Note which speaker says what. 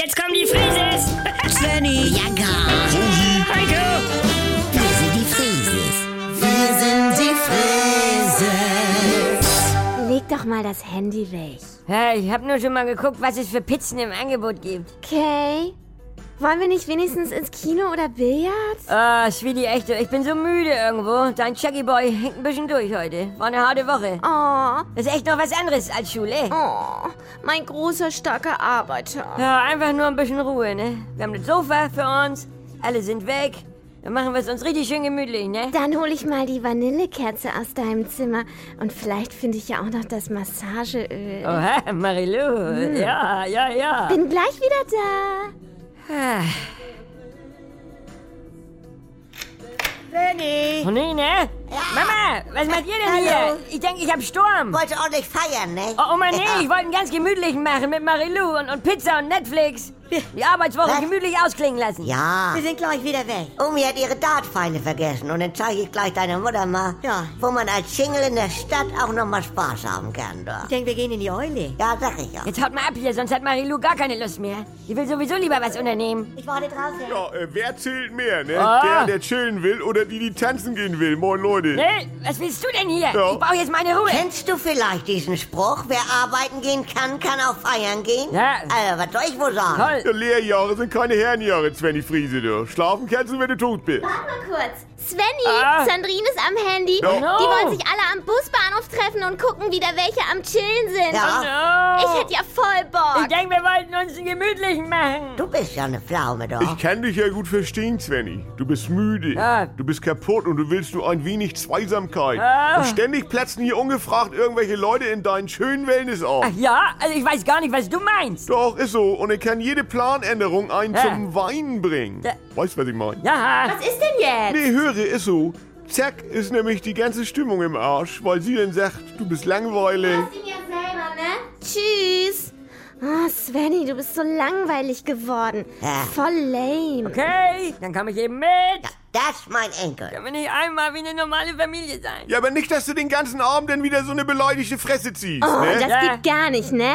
Speaker 1: Jetzt kommen die Frises!
Speaker 2: Svenny,
Speaker 3: Ja, gar.
Speaker 1: Heiko!
Speaker 3: Wir sind die Frieses. Wir sind die Frieses.
Speaker 4: Leg doch mal das Handy weg.
Speaker 5: Ja, ich hab nur schon mal geguckt, was es für Pizzen im Angebot gibt.
Speaker 4: Okay. Wollen wir nicht wenigstens ins Kino oder Billard?
Speaker 5: Ah, Schwidi, echt, ich bin so müde irgendwo. Dein Chucky Boy hängt ein bisschen durch heute. War eine harte Woche.
Speaker 4: Oh,
Speaker 5: Das ist echt noch was anderes als Schule.
Speaker 4: oh, mein großer, starker Arbeiter.
Speaker 5: Ja, einfach nur ein bisschen Ruhe, ne? Wir haben das Sofa für uns, alle sind weg. Dann machen wir es uns richtig schön gemütlich, ne?
Speaker 4: Dann hole ich mal die Vanillekerze aus deinem Zimmer und vielleicht finde ich ja auch noch das Massageöl.
Speaker 5: Oha, Marilou. Ja, ja, ja.
Speaker 4: Bin gleich wieder da.
Speaker 5: Ah,
Speaker 2: Svenny.
Speaker 5: Oh nee, ne? Mama, was macht ihr denn
Speaker 3: Hallo.
Speaker 5: hier? Ich denke, ich hab Sturm.
Speaker 3: Wollte ordentlich feiern, ne?
Speaker 5: Oh, Oma, nee, ich wollte einen ganz gemütlichen machen mit Marilou und, und Pizza und Netflix. Die Arbeitswoche
Speaker 3: Was?
Speaker 5: gemütlich ausklingen lassen.
Speaker 3: Ja.
Speaker 2: Wir sind gleich wieder weg.
Speaker 3: Omi hat ihre Dartpfeile vergessen und dann zeige ich gleich deiner Mutter mal,
Speaker 2: Ja.
Speaker 3: wo man als Single in der Stadt auch noch mal Spaß haben kann. Da.
Speaker 2: Ich denke, wir gehen in die Eule.
Speaker 3: Ja, sag ich ja.
Speaker 5: Jetzt haut mal ab hier, sonst hat Marilou gar keine Lust mehr. Die will sowieso lieber was unternehmen.
Speaker 3: Ich warte draußen.
Speaker 6: Ja, äh, wer zählt mehr, ne?
Speaker 5: Ah.
Speaker 6: Der, der chillen will oder die, die tanzen gehen will? Moin, Leute.
Speaker 5: Nee, was willst du denn hier?
Speaker 6: Ja.
Speaker 5: Ich brauche jetzt meine Ruhe.
Speaker 3: Kennst du vielleicht diesen Spruch, wer arbeiten gehen kann, kann auch feiern gehen?
Speaker 5: Ja.
Speaker 3: Also, was soll ich wohl sagen?
Speaker 6: Ja,
Speaker 5: Toll.
Speaker 6: Lehrjahre sind keine Herrenjahre, Svenny Friese, du. Schlafen kannst du, wenn du tot bist.
Speaker 4: Warte mal kurz. Svenny,
Speaker 5: Ah.
Speaker 4: Sandrine ist am Handy.
Speaker 6: Oh
Speaker 5: no.
Speaker 4: Die wollen sich alle am Busbahnhof treffen und gucken, wie da welche am Chillen sind.
Speaker 3: Ja.
Speaker 4: Ich
Speaker 5: Oh.
Speaker 4: hätte ja voll Bock.
Speaker 5: Ich denke, wir wollten uns einen gemütlichen machen.
Speaker 3: Du bist ja eine Pflaume, doch.
Speaker 6: Ich kann dich ja gut verstehen, Svenny. Du bist müde.
Speaker 5: Ja.
Speaker 6: Du bist kaputt und du willst nur ein wenig Zweisamkeit.
Speaker 5: Ah.
Speaker 6: Und ständig platzen hier ungefragt irgendwelche Leute in deinen schönen Wellness auf.
Speaker 5: Ach ja, also ich weiß gar nicht, was du meinst.
Speaker 6: Doch, ist so. Und ich kann jede Planänderung einen
Speaker 5: Ja.
Speaker 6: zum Weinen bringen.
Speaker 5: Ah. Ja.
Speaker 6: Weißt was ich meine?
Speaker 5: Ja,
Speaker 4: Was ist denn jetzt?
Speaker 6: Nee, höre, ist so. Zack, ist nämlich die ganze Stimmung im Arsch, weil sie dann sagt, du bist langweilig.
Speaker 4: ihn ja selber, ne? Tschüss. Ah, Svenny, du bist so langweilig geworden.
Speaker 3: Ja.
Speaker 4: Voll lame.
Speaker 5: okay, dann komme ich eben mit.
Speaker 3: Das ist mein Enkel.
Speaker 5: Können wir nicht einmal wie eine normale Familie sein?
Speaker 6: Ja, aber nicht, dass du den ganzen Abend dann wieder so eine beleidigte Fresse ziehst,
Speaker 4: Oh,
Speaker 6: ne?
Speaker 4: das
Speaker 5: Ja.
Speaker 4: geht gar nicht, ne?